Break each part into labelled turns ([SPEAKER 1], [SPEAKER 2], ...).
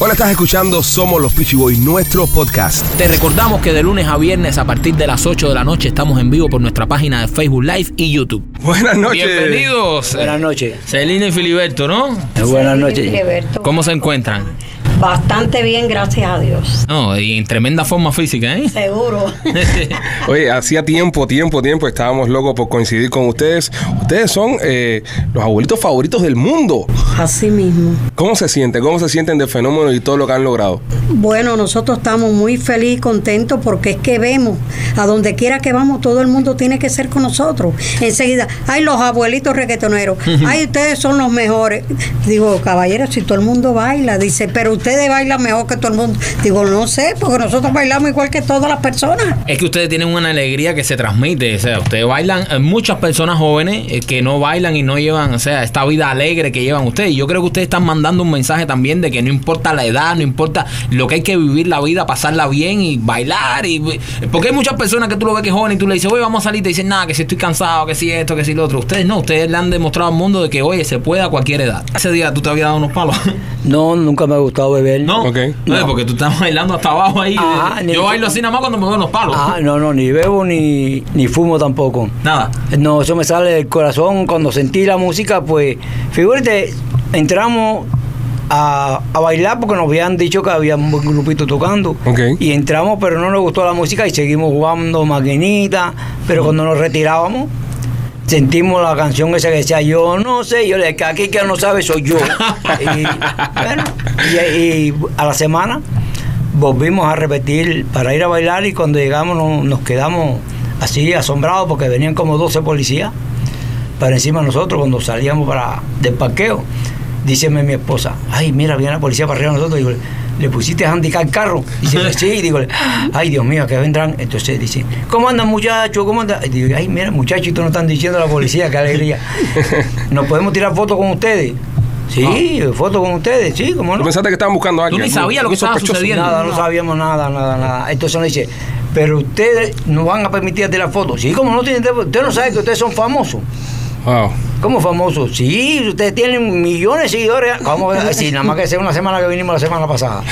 [SPEAKER 1] Hola, estás escuchando Somos los Peachy Boys, nuestro podcast.
[SPEAKER 2] Te recordamos que de lunes a viernes a partir de las 8 de la noche estamos en vivo por nuestra página de Facebook Live y YouTube.
[SPEAKER 1] Buenas noches.
[SPEAKER 2] Bienvenidos.
[SPEAKER 3] Buenas noches.
[SPEAKER 2] Celina y Filiberto, ¿no?
[SPEAKER 3] Buenas noches.
[SPEAKER 4] Filiberto.
[SPEAKER 2] ¿Cómo se encuentran?
[SPEAKER 4] Bastante bien, gracias a Dios.
[SPEAKER 2] No, y en tremenda forma física, ¿eh?
[SPEAKER 4] Seguro.
[SPEAKER 1] Oye, hacía tiempo, tiempo, tiempo estábamos locos por coincidir con ustedes. Ustedes son eh, los abuelitos favoritos del mundo.
[SPEAKER 5] Así mismo.
[SPEAKER 1] ¿Cómo se sienten? ¿Cómo se sienten del fenómeno y todo lo que han logrado?
[SPEAKER 5] Bueno, nosotros estamos muy feliz y contentos porque es que vemos, a donde quiera que vamos, todo el mundo tiene que ser con nosotros. Enseguida, ay, los abuelitos reggaetoneros, ay, ustedes son los mejores. Digo, caballero, si todo el mundo baila, dice, pero ustedes bailan mejor que todo el mundo. Digo, no sé, porque nosotros bailamos igual que todas las personas.
[SPEAKER 2] Es que ustedes tienen una alegría que se transmite, o sea, ustedes bailan, eh, muchas personas jóvenes eh, que no bailan y no llevan, o sea, esta vida alegre que llevan ustedes. Y yo creo que ustedes están mandando un mensaje también de que no importa la edad, no importa lo que hay que vivir la vida, pasarla bien y bailar. y eh, Porque hay muchas personas que tú lo ves que es joven y tú le dices, oye, vamos a salir, y te dicen, nada, que si estoy cansado, que si esto, que si lo otro. Ustedes no, ustedes le han demostrado al mundo de que, oye, se puede a cualquier edad. Ese día tú te habías dado unos palos.
[SPEAKER 3] No, nunca me ha gustado beber.
[SPEAKER 2] No,
[SPEAKER 1] Ok.
[SPEAKER 2] no, porque tú estás bailando hasta abajo ahí.
[SPEAKER 3] Ajá, ni-
[SPEAKER 2] yo bailo así nada más cuando me doy unos palos.
[SPEAKER 3] Ah, no, no, ni bebo ni, ni fumo tampoco.
[SPEAKER 2] Nada.
[SPEAKER 3] No, eso me sale del corazón. Cuando sentí la música, pues, figúrate, entramos a, a bailar porque nos habían dicho que había un buen grupito tocando.
[SPEAKER 1] Ok.
[SPEAKER 3] Y entramos, pero no nos gustó la música y seguimos jugando maquinitas. Pero cuando nos retirábamos, sentimos la canción esa que decía yo no sé, yo le que aquí que no sabe soy yo. y, bueno, y- y a la semana volvimos a repetir para ir a bailar y cuando llegamos no- nos quedamos así asombrados porque venían como 12 policías para encima de nosotros cuando salíamos para del parqueo. Díceme mi esposa, ay, mira, viene la policía para arriba de nosotros. Digo, ¿le pusiste handicap al carro? Dice, sí. Y digo, ay, Dios mío, que vendrán. Entonces dice, ¿cómo andan, muchachos? ¿Cómo andan? Y digo, ay, mira, muchachos, esto no están diciendo a la policía, qué alegría. ¿Nos podemos tirar fotos con ustedes? Sí, fotos con ustedes, sí, cómo
[SPEAKER 1] ¿Tú
[SPEAKER 3] no.
[SPEAKER 1] pensaste que estaban buscando a
[SPEAKER 2] Tú
[SPEAKER 1] alguien?
[SPEAKER 2] ni sabías lo que estaba
[SPEAKER 1] Sospechoso.
[SPEAKER 2] sucediendo.
[SPEAKER 3] Nada, no sabíamos nada, nada, nada. Entonces nos dice, pero ustedes no van a permitir tirar fotos. Sí, como no tienen, usted no sabe que ustedes son famosos.
[SPEAKER 1] Wow.
[SPEAKER 2] Eh.
[SPEAKER 3] ¿Cómo famosos? Sí, ustedes tienen millones de seguidores. Vamos a ver, si nada más que sea una semana que vinimos la semana pasada.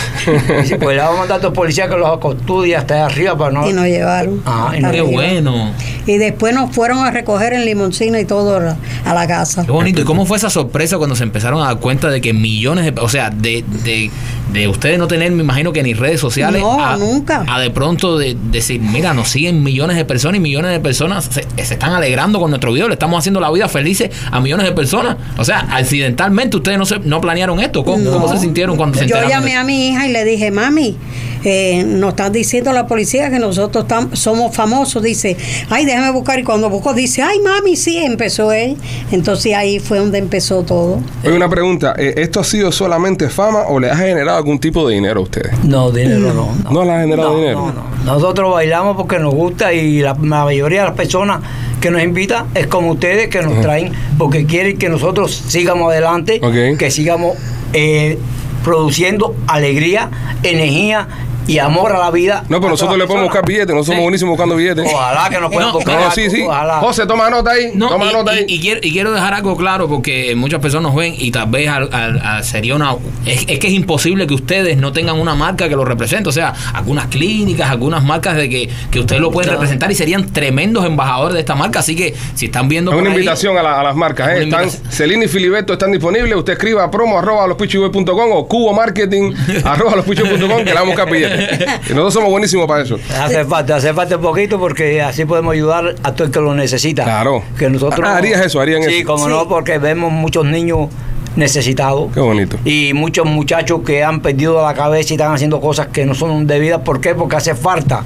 [SPEAKER 3] Dice, pues le vamos a mandar a estos policías que los acostudien hasta allá arriba para no.
[SPEAKER 5] Y nos llevaron.
[SPEAKER 3] Ah, y no-
[SPEAKER 2] Qué
[SPEAKER 5] Arriba.
[SPEAKER 2] bueno.
[SPEAKER 5] Y después nos fueron a recoger en limoncina y todo a la, a la casa.
[SPEAKER 2] Qué bonito. ¿Y cómo fue esa sorpresa cuando se empezaron a dar cuenta de que millones de. O sea, de, de, de ustedes no tener, me imagino que ni redes sociales.
[SPEAKER 5] No,
[SPEAKER 2] a,
[SPEAKER 5] nunca.
[SPEAKER 2] A de pronto de, decir, mira, nos siguen millones de personas y millones de personas se, se están alegrando con nuestro video. Le estamos haciendo la vida felices a millones de personas. O sea, accidentalmente ustedes no se, no planearon esto. ¿Cómo, cómo se sintieron cuando se
[SPEAKER 5] Yo
[SPEAKER 2] enteraron?
[SPEAKER 5] llamé a mi hija y le dije, mami, eh, nos están diciendo la policía que nosotros tam- somos famosos. Dice, ay, déjame buscar. Y cuando buscó, dice, ay, mami, sí, empezó él. Entonces ahí fue donde empezó todo.
[SPEAKER 1] Oye, una pregunta. eh, ¿Esto ha sido solamente fama o le ha generado algún tipo de dinero a ustedes?
[SPEAKER 3] No, dinero no. No,
[SPEAKER 1] ¿No le ha generado
[SPEAKER 3] No,
[SPEAKER 1] dinero?
[SPEAKER 3] no, no. Nosotros bailamos porque nos gusta y la, la mayoría de las personas que nos invitan es como ustedes que nos traen porque quieren que nosotros sigamos adelante,
[SPEAKER 1] Ok.
[SPEAKER 3] que sigamos eh, produciendo alegría, energía y amor a la vida.
[SPEAKER 1] No, pero
[SPEAKER 3] a todas
[SPEAKER 1] nosotros
[SPEAKER 3] las
[SPEAKER 1] le podemos buscar
[SPEAKER 3] personas.
[SPEAKER 1] billetes. Nosotros somos
[SPEAKER 2] Sí.
[SPEAKER 1] buenísimos buscando billetes.
[SPEAKER 3] Ojalá que nos puedan
[SPEAKER 2] No,
[SPEAKER 3] buscar.
[SPEAKER 1] No, no, sí, sí.
[SPEAKER 3] Ojalá.
[SPEAKER 1] José, toma nota ahí.
[SPEAKER 2] No,
[SPEAKER 1] toma
[SPEAKER 2] y,
[SPEAKER 1] nota
[SPEAKER 2] y-
[SPEAKER 1] ahí.
[SPEAKER 2] y quiero, y quiero dejar algo claro porque muchas personas nos ven y tal vez al- al- al- sería una... Es, es que es imposible que ustedes no tengan una marca que lo represente. O sea, algunas clínicas, algunas marcas de que, que ustedes lo pueden representar y serían tremendos embajadores de esta marca. Así que si están viendo...
[SPEAKER 1] Es una
[SPEAKER 2] por ahí-
[SPEAKER 1] invitación a, la- a las marcas.
[SPEAKER 2] Es
[SPEAKER 1] ¿eh?
[SPEAKER 2] una
[SPEAKER 1] Están,
[SPEAKER 2] invitación.
[SPEAKER 1] Celina y Filiberto están disponibles. Usted escriba a promo arroba lospichiboy.com o cubo marketing arroba lospichiboy.com que le damos capillete. Y nosotros somos buenísimos para eso.
[SPEAKER 3] Hace falta, hace falta un poquito porque así podemos ayudar a todo el que lo necesita.
[SPEAKER 1] Claro.
[SPEAKER 3] Que nosotros
[SPEAKER 1] Ah, harías eso, harían
[SPEAKER 3] Sí,
[SPEAKER 1] eso.
[SPEAKER 3] como no, porque vemos muchos niños necesitados.
[SPEAKER 1] Qué bonito.
[SPEAKER 3] Y muchos muchachos que han perdido la cabeza y están haciendo cosas que no son debidas. ¿Por qué? Porque hace falta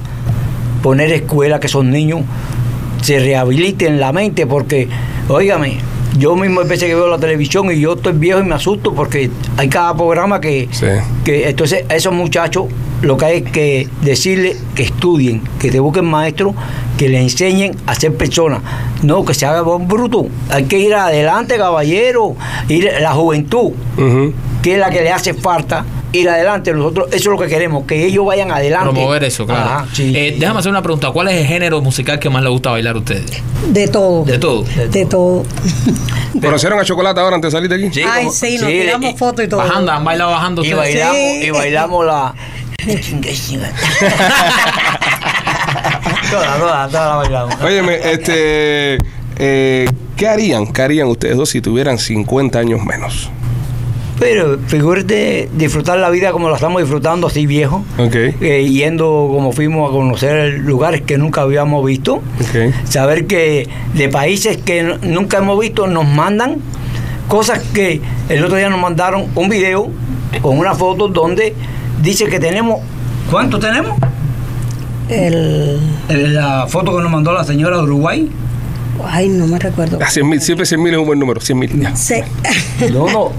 [SPEAKER 3] poner escuela que esos niños se rehabiliten la mente. Porque, óigame, yo mismo empecé que veo la televisión y yo estoy viejo y me asusto porque hay cada programa que,
[SPEAKER 1] Sí.
[SPEAKER 3] que entonces a esos muchachos lo que hay es que decirle que estudien, que te busquen maestros, que le enseñen a ser personas, no que se haga buen bruto, hay que ir adelante caballero, ir la juventud,
[SPEAKER 1] Ujú.
[SPEAKER 3] que es la que le hace falta ir adelante. Nosotros, eso es lo que queremos, que ellos vayan adelante.
[SPEAKER 2] Promover eso, claro.
[SPEAKER 1] Ah,
[SPEAKER 3] Ajá, sí.
[SPEAKER 2] Eh, déjame hacer una pregunta. ¿Cuál es el género musical que más le gusta bailar a ustedes?
[SPEAKER 5] De todo.
[SPEAKER 2] De todo.
[SPEAKER 5] De todo.
[SPEAKER 1] ¿Conocieron a Chocolate ahora antes de salir de aquí?
[SPEAKER 3] Sí,
[SPEAKER 5] Ay,
[SPEAKER 3] como-
[SPEAKER 5] sí, nos
[SPEAKER 3] sí,
[SPEAKER 5] tiramos
[SPEAKER 3] y-
[SPEAKER 5] fotos y todo.
[SPEAKER 2] eh, Bajando, han bailado bajando
[SPEAKER 3] Y
[SPEAKER 2] ustedes.
[SPEAKER 3] bailamos,
[SPEAKER 5] Sí.
[SPEAKER 3] y bailamos la. toda, toda, toda la bailamos.
[SPEAKER 1] Óyeme, este. eh, ¿Qué harían, qué harían ustedes dos si tuvieran 50 años menos?
[SPEAKER 3] Pero figúrate disfrutar la vida como la estamos disfrutando así viejo,
[SPEAKER 1] Ok.
[SPEAKER 3] eh, yendo como fuimos a conocer lugares que nunca habíamos visto,
[SPEAKER 1] Ok.
[SPEAKER 3] saber que de países que n- nunca hemos visto nos mandan cosas que el otro día nos mandaron un video con una foto donde dice que tenemos, ¿cuánto tenemos?
[SPEAKER 5] El,
[SPEAKER 3] En La foto que nos mandó la señora de Uruguay.
[SPEAKER 5] ay, no me recuerdo.
[SPEAKER 1] Ah, 100 mil, siempre 100 mil es un buen número, 100 mil. ya.
[SPEAKER 5] Se-
[SPEAKER 3] No, no.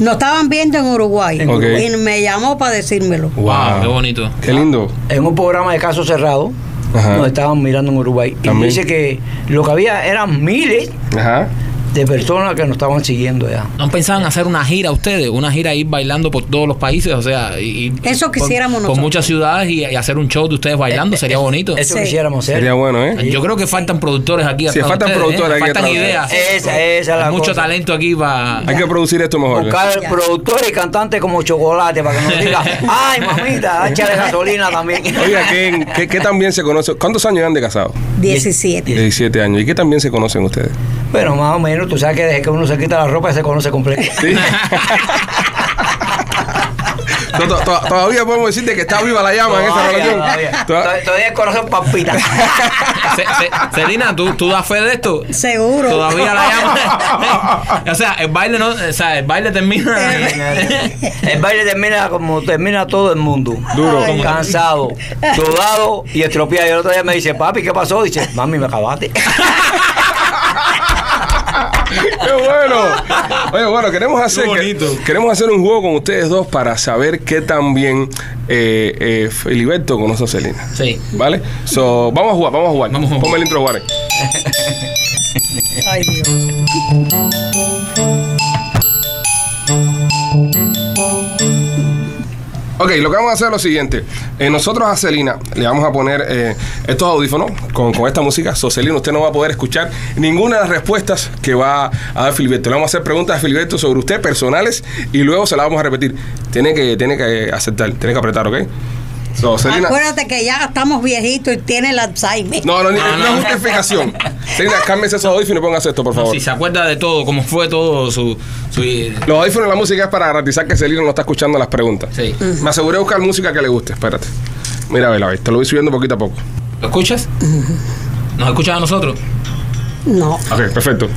[SPEAKER 5] nos estaban viendo en Uruguay
[SPEAKER 1] Ok.
[SPEAKER 5] y me llamó para decírmelo.
[SPEAKER 2] Wow, qué bonito.
[SPEAKER 1] Qué lindo.
[SPEAKER 3] en un programa de caso cerrado,
[SPEAKER 1] Ajá.
[SPEAKER 3] nos estaban mirando en Uruguay. Y
[SPEAKER 1] También.
[SPEAKER 3] dice que lo que había eran miles
[SPEAKER 1] Ajá.
[SPEAKER 3] de personas que nos estaban siguiendo ya.
[SPEAKER 2] ¿No pensaban hacer una gira ustedes? Una gira ir bailando por todos los países, o sea, y, y-
[SPEAKER 5] Eso quisiéramos
[SPEAKER 2] por, por
[SPEAKER 5] nosotros.
[SPEAKER 2] muchas ciudades y, y hacer un show de ustedes bailando,
[SPEAKER 3] Eh,
[SPEAKER 2] sería bonito.
[SPEAKER 3] Eso
[SPEAKER 5] Sí.
[SPEAKER 3] quisiéramos hacer.
[SPEAKER 1] Sería bueno, ¿eh?
[SPEAKER 2] Yo creo que faltan productores aquí.
[SPEAKER 1] Sí,
[SPEAKER 2] atrás de
[SPEAKER 1] faltan
[SPEAKER 2] ustedes, ¿eh?
[SPEAKER 1] productores aquí
[SPEAKER 2] Faltan
[SPEAKER 1] atrás de
[SPEAKER 2] ideas.
[SPEAKER 3] Esa, esa es la
[SPEAKER 2] Hay mucho
[SPEAKER 3] cosa.
[SPEAKER 2] talento aquí para...
[SPEAKER 1] Hay que producir esto mejor.
[SPEAKER 3] Buscar
[SPEAKER 5] Ya.
[SPEAKER 3] productores y cantantes como chocolate para que nos diga, ay mamita, échale gasolina también.
[SPEAKER 1] Oiga, ¿qué, qué, qué también se conoce? ¿Cuántos años llevan de casado?
[SPEAKER 5] 17.
[SPEAKER 1] 17 años. ¿Y qué también se conocen ustedes?
[SPEAKER 3] Bueno, más o menos, tú sabes que desde que uno se quita la ropa se conoce completo.
[SPEAKER 1] Sí. To- to- to- todavía podemos decirte que está viva la llama en esta
[SPEAKER 3] Todavía,
[SPEAKER 1] relación.
[SPEAKER 3] todavía.
[SPEAKER 1] Toda-
[SPEAKER 3] Todavía- todavía el corazón papita.
[SPEAKER 2] Se- se- Selena, ¿tú, ¿tú das fe de esto?
[SPEAKER 5] Seguro.
[SPEAKER 2] Todavía la llama. o sea, el baile no, o sea, el baile termina.
[SPEAKER 3] El baile termina como termina todo el mundo.
[SPEAKER 1] Duro.
[SPEAKER 3] Ay. Cansado, sudado y estropeado. Y el otro día me dice, papi, ¿qué pasó? Dice, mami, me acabaste.
[SPEAKER 1] ¡Qué bueno! Oye, bueno, queremos hacer,
[SPEAKER 2] Qué
[SPEAKER 1] que-
[SPEAKER 2] bonito.
[SPEAKER 1] queremos hacer un juego con ustedes dos para saber qué también eh, eh, Filiberto conoce a Celina.
[SPEAKER 2] sí.
[SPEAKER 1] ¿Vale? So, vamos a jugar, vamos a jugar.
[SPEAKER 2] Vamos a jugar.
[SPEAKER 1] Ponme el intro, Juárez.
[SPEAKER 5] Ay, Dios.
[SPEAKER 1] Ok, lo que vamos a hacer es lo siguiente. Eh, nosotros a Celina le vamos a poner eh, estos audífonos con, con esta música. So, Celina, usted no va a poder escuchar ninguna de las respuestas que va a dar Filiberto. Le vamos a hacer preguntas a Filiberto sobre usted, personales, y luego se las vamos a repetir. Tiene que, tiene que aceptar, tiene que apretar, ¿ok? So, Celina.
[SPEAKER 5] Acuérdate que ya estamos viejitos y tiene el Alzheimer.
[SPEAKER 1] No, no, ni-
[SPEAKER 2] No,
[SPEAKER 1] no,
[SPEAKER 2] no.
[SPEAKER 1] es justificación. Celina, cámbiese esos audífonos y póngase esto, por
[SPEAKER 2] No,
[SPEAKER 1] favor.
[SPEAKER 2] si se acuerda de todo, cómo fue todo su. su
[SPEAKER 1] Los audífonos y la música es para garantizar que Celina no está escuchando las preguntas.
[SPEAKER 2] sí.
[SPEAKER 5] Mm.
[SPEAKER 1] Me aseguré de buscar música que le guste, espérate. Mira, vela, ve, te lo voy subiendo poquito a poco.
[SPEAKER 2] ¿Lo escuchas? ¿Nos escuchas a nosotros?
[SPEAKER 5] No.
[SPEAKER 1] Ok, perfecto.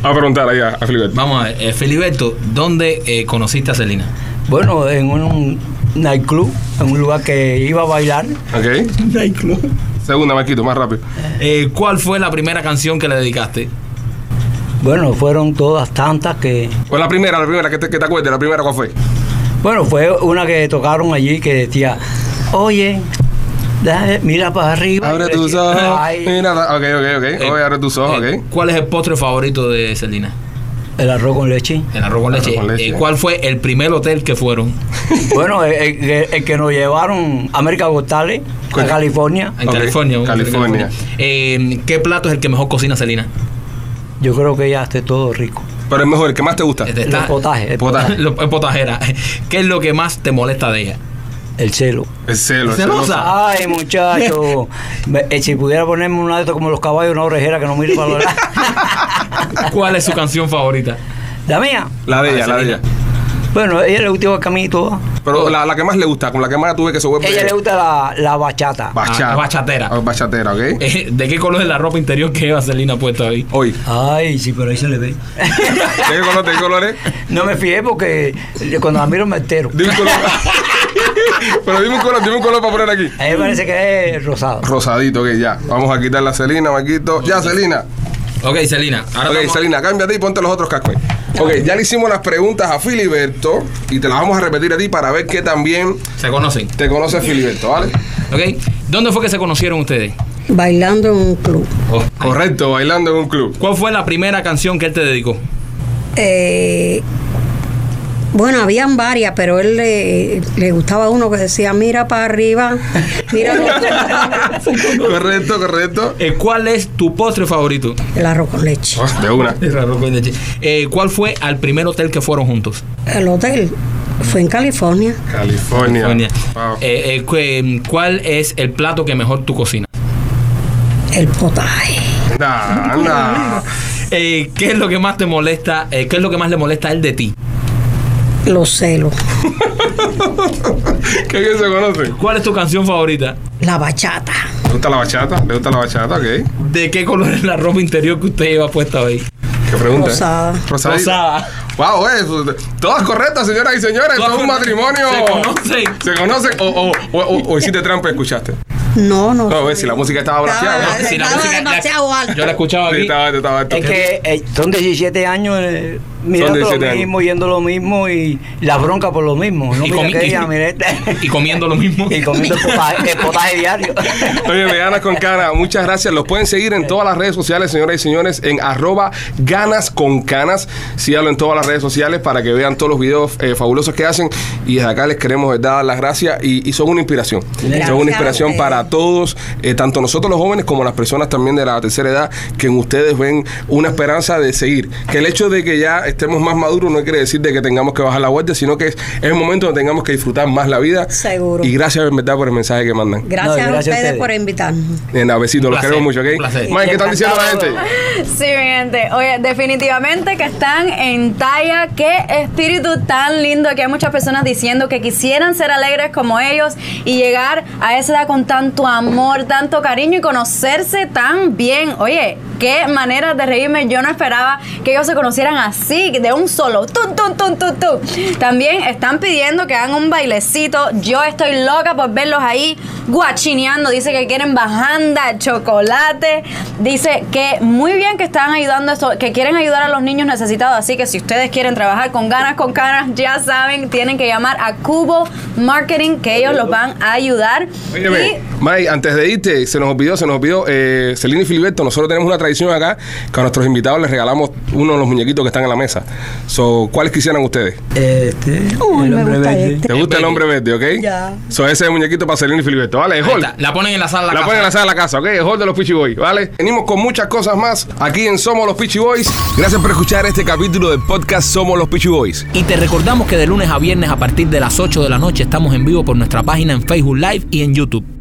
[SPEAKER 1] Vamos a preguntar ahí a, a Filiberto.
[SPEAKER 2] Vamos a ver, eh, Filiberto, ¿dónde eh, conociste a Celina?
[SPEAKER 3] Bueno, en un nightclub, en un lugar que iba a bailar.
[SPEAKER 1] Ok. Segunda, Marquito, más rápido.
[SPEAKER 2] Eh, ¿Cuál fue la primera canción que le dedicaste?
[SPEAKER 3] Bueno, fueron todas tantas que...
[SPEAKER 1] O Pues la primera, la primera, que te, que te acuerdes, la primera, ¿cuál fue?
[SPEAKER 3] Bueno, fue una que tocaron allí que decía, oye, dale, mira para arriba.
[SPEAKER 1] Abre
[SPEAKER 3] Y
[SPEAKER 1] tus
[SPEAKER 3] decía,
[SPEAKER 1] ojos.
[SPEAKER 3] "Ay,
[SPEAKER 1] Mira, ok, ok, ok.
[SPEAKER 2] Eh,
[SPEAKER 1] Oye, abre tus ojos,
[SPEAKER 2] eh,
[SPEAKER 1] ok.
[SPEAKER 2] ¿Cuál es el postre favorito de Celina?
[SPEAKER 3] El arroz con leche.
[SPEAKER 2] El arroz con leche.
[SPEAKER 1] con leche.
[SPEAKER 2] Eh, ¿Cuál fue el primer hotel que fueron?
[SPEAKER 3] Bueno, el, el- el- el que nos llevaron a América Gotales, a
[SPEAKER 1] ¿Cuál?
[SPEAKER 3] California,
[SPEAKER 2] En
[SPEAKER 1] Ok,
[SPEAKER 2] California. un hotel en
[SPEAKER 1] California.
[SPEAKER 2] California. Eh, ¿Qué plato es el que mejor cocina Celina?
[SPEAKER 3] yo creo que ya esté todo rico.
[SPEAKER 1] Pero es mejor, el que más te gusta.
[SPEAKER 2] Este
[SPEAKER 3] El potaje, el
[SPEAKER 1] Potaje.
[SPEAKER 2] Lo- es potajera. ¿Qué es lo que más te molesta de ella?
[SPEAKER 3] El celo.
[SPEAKER 1] El celo. el
[SPEAKER 2] Celosa.
[SPEAKER 3] Ay, muchacho. Me- eh, si pudiera ponerme una de estos como los caballos, una orejera que no mire para los lados.
[SPEAKER 2] ¿Cuál es su canción favorita?
[SPEAKER 3] La mía.
[SPEAKER 1] La
[SPEAKER 2] Ah,
[SPEAKER 1] de ella, la de ella.
[SPEAKER 3] Bueno, a ella le gusta igual que a mí toda.
[SPEAKER 1] Pero la, la que más le gusta, con la que más tuve que se vuelve.
[SPEAKER 3] ella le gusta la, la bachata.
[SPEAKER 1] Bachata.
[SPEAKER 2] Ah, bachatera.
[SPEAKER 1] Ah, bachatera, ok.
[SPEAKER 2] Eh, ¿De qué color es la ropa interior que lleva Celina puesta hoy?
[SPEAKER 1] Hoy.
[SPEAKER 3] Ay, sí, pero ahí se le ve.
[SPEAKER 1] ¿De qué color, de qué color es?
[SPEAKER 3] No me fijé porque cuando la miro me entero.
[SPEAKER 1] Dime un color. Pero dime un color, dime un color para poner aquí.
[SPEAKER 3] A mí me parece que es rosado.
[SPEAKER 1] Rosadito, ok, ya. Vamos a quitar la Celina, Marquito. Ya, Celina.
[SPEAKER 2] Ok, Celina. Ahora
[SPEAKER 1] Ok,
[SPEAKER 2] vamos-
[SPEAKER 1] Celina, cámbiate y ponte los otros cascos. ahí. Ok, ya le hicimos las preguntas a Filiberto y te las vamos a repetir a ti para ver que también
[SPEAKER 2] Se conocen.
[SPEAKER 1] te conoce Filiberto, ¿vale?
[SPEAKER 2] Ok. ¿Dónde fue que se conocieron ustedes?
[SPEAKER 5] Bailando en un club.
[SPEAKER 1] Oh. Correcto, bailando en un club.
[SPEAKER 2] ¿Cuál fue la primera canción que él te dedicó?
[SPEAKER 5] Eh, Bueno, habían varias, pero él le, le gustaba uno que decía, mira para arriba, mira para arriba".
[SPEAKER 1] correcto, correcto.
[SPEAKER 2] Eh, ¿Cuál es tu postre favorito?
[SPEAKER 5] el arroz con leche.
[SPEAKER 1] Ah, de una.
[SPEAKER 2] Eh, ¿Cuál fue al primer hotel que fueron juntos?
[SPEAKER 5] El hotel fue en California.
[SPEAKER 1] California.
[SPEAKER 2] Sonia.
[SPEAKER 1] Wow.
[SPEAKER 2] Eh, eh, cu- eh, ¿Cuál es el plato que mejor tú cocinas?
[SPEAKER 5] El potaje.
[SPEAKER 1] Anda, anda.
[SPEAKER 2] Eh, ¿Qué es lo que más te molesta? eh, ¿Qué es lo que más le molesta a él de ti?
[SPEAKER 5] Los celos.
[SPEAKER 1] Qué bien se conocen.
[SPEAKER 2] ¿Cuál es tu canción favorita?
[SPEAKER 5] La bachata.
[SPEAKER 1] ¿Le gusta la bachata? ¿Le gusta la bachata? Ok. Qué
[SPEAKER 2] ¿De qué color es la ropa interior que usted lleva puesta hoy?
[SPEAKER 1] pregunta. eh?
[SPEAKER 5] Rosada.
[SPEAKER 1] Rosadita.
[SPEAKER 2] Rosada.
[SPEAKER 1] Wow, eh, pues, todas correctas, señoras y señores.
[SPEAKER 2] Todas
[SPEAKER 1] Todo un
[SPEAKER 2] correctas.
[SPEAKER 1] matrimonio.
[SPEAKER 2] Se conocen.
[SPEAKER 1] Se conocen. O, o, o, o, o hiciste trampa y escuchaste.
[SPEAKER 5] No, no.
[SPEAKER 1] No, ves si la música estaba
[SPEAKER 5] Estaba-
[SPEAKER 1] braceada.
[SPEAKER 5] estaba
[SPEAKER 2] Si la música- la-
[SPEAKER 5] demasiado alta.
[SPEAKER 2] Yo la escuchaba
[SPEAKER 1] Sí,
[SPEAKER 2] aquí.
[SPEAKER 1] estaba, estaba alto.
[SPEAKER 3] Es que eh, son 17 años eh, mirando
[SPEAKER 1] 17
[SPEAKER 3] lo
[SPEAKER 1] años.
[SPEAKER 3] mismo, yendo lo mismo y la bronca por lo mismo. No,
[SPEAKER 2] Y
[SPEAKER 3] mira
[SPEAKER 2] comi-
[SPEAKER 3] aquella,
[SPEAKER 2] y-
[SPEAKER 3] mira esta.
[SPEAKER 2] Y comiendo lo mismo.
[SPEAKER 3] este, y comiendo el potaje, el potaje diario.
[SPEAKER 1] Oye, me ganas con cara, muchas gracias. Los pueden seguir en todas las redes sociales, señoras y señores, en arroba ganas con canas. Síganlo en todas las redes sociales para que vean todos los videos eh, fabulosos que hacen. Y desde acá les queremos eh, dar las gracias y, y son una inspiración.
[SPEAKER 5] Gracias
[SPEAKER 1] son una
[SPEAKER 5] a
[SPEAKER 1] inspiración
[SPEAKER 5] ustedes.
[SPEAKER 1] para todos, eh, tanto nosotros los jóvenes como las personas también de la tercera edad, que en ustedes ven una esperanza de seguir. Que el hecho de que ya estemos más maduros no quiere decir de que tengamos que bajar la vuelta, sino que es, es el momento donde tengamos que disfrutar más la vida.
[SPEAKER 5] Seguro.
[SPEAKER 1] Y gracias en verdad por el mensaje que mandan.
[SPEAKER 5] Gracias,
[SPEAKER 3] No, gracias a
[SPEAKER 5] a ustedes
[SPEAKER 3] ustedes.
[SPEAKER 5] por invitarnos.
[SPEAKER 1] Nena, besitos, los
[SPEAKER 2] placer,
[SPEAKER 1] queremos mucho,
[SPEAKER 2] un
[SPEAKER 1] ¿ok?
[SPEAKER 2] placer.
[SPEAKER 1] Mike, ¿qué están diciendo la gente?
[SPEAKER 6] Sí, mi gente. Oye, definitivamente que están en talla. Qué espíritu tan lindo que hay muchas personas diciendo que quisieran ser alegres como ellos y llegar a esa edad con tanto amor, tanto cariño y conocerse tan bien. Oye, qué manera de reírme. Yo no esperaba que ellos se conocieran así, de un solo. Tun, tun, tun, tun, tun. También están pidiendo que hagan un bailecito. Yo estoy loca por verlos ahí guachineando. Dice que quieren bajanda, chocolate. Dice que muy bien que están ayudando a eso, que quieren ayudar a los niños necesitados. Así que si ustedes quieren trabajar con ganas, con canas, ya saben, tienen que llamar a Cubo Marketing, que ellos los van a ayudar.
[SPEAKER 1] Óyeme,
[SPEAKER 6] Y-
[SPEAKER 1] Mike, antes de irte, se nos olvidó, se nos olvidó, eh, Celina y Filiberto, nosotros tenemos una tradición acá que a nuestros invitados les regalamos uno de los muñequitos que están en la mesa. So, ¿Cuáles quisieran ustedes?
[SPEAKER 3] Este,
[SPEAKER 5] Uy, me gusta este.
[SPEAKER 1] ¿Te gusta el hombre verde, ok?
[SPEAKER 5] Ya.
[SPEAKER 1] So, ese es el muñequito para Celina y Filiberto, ¿vale?
[SPEAKER 2] Ahí
[SPEAKER 1] Hold.
[SPEAKER 2] está. La ponen en la sala de
[SPEAKER 1] La,
[SPEAKER 2] la casa.
[SPEAKER 1] ponen en la sala de la casa, ¿ok? El hall de los Pichi Boys, ¿vale? Venimos con muchas cosas más aquí en Somos los Pichi Boys. Gracias por escuchar este capítulo del podcast Somos los Pichi Boys.
[SPEAKER 2] Y te recordamos que de lunes a viernes a partir de las 8 de la noche estamos en vivo por nuestra página en Facebook Live y en YouTube.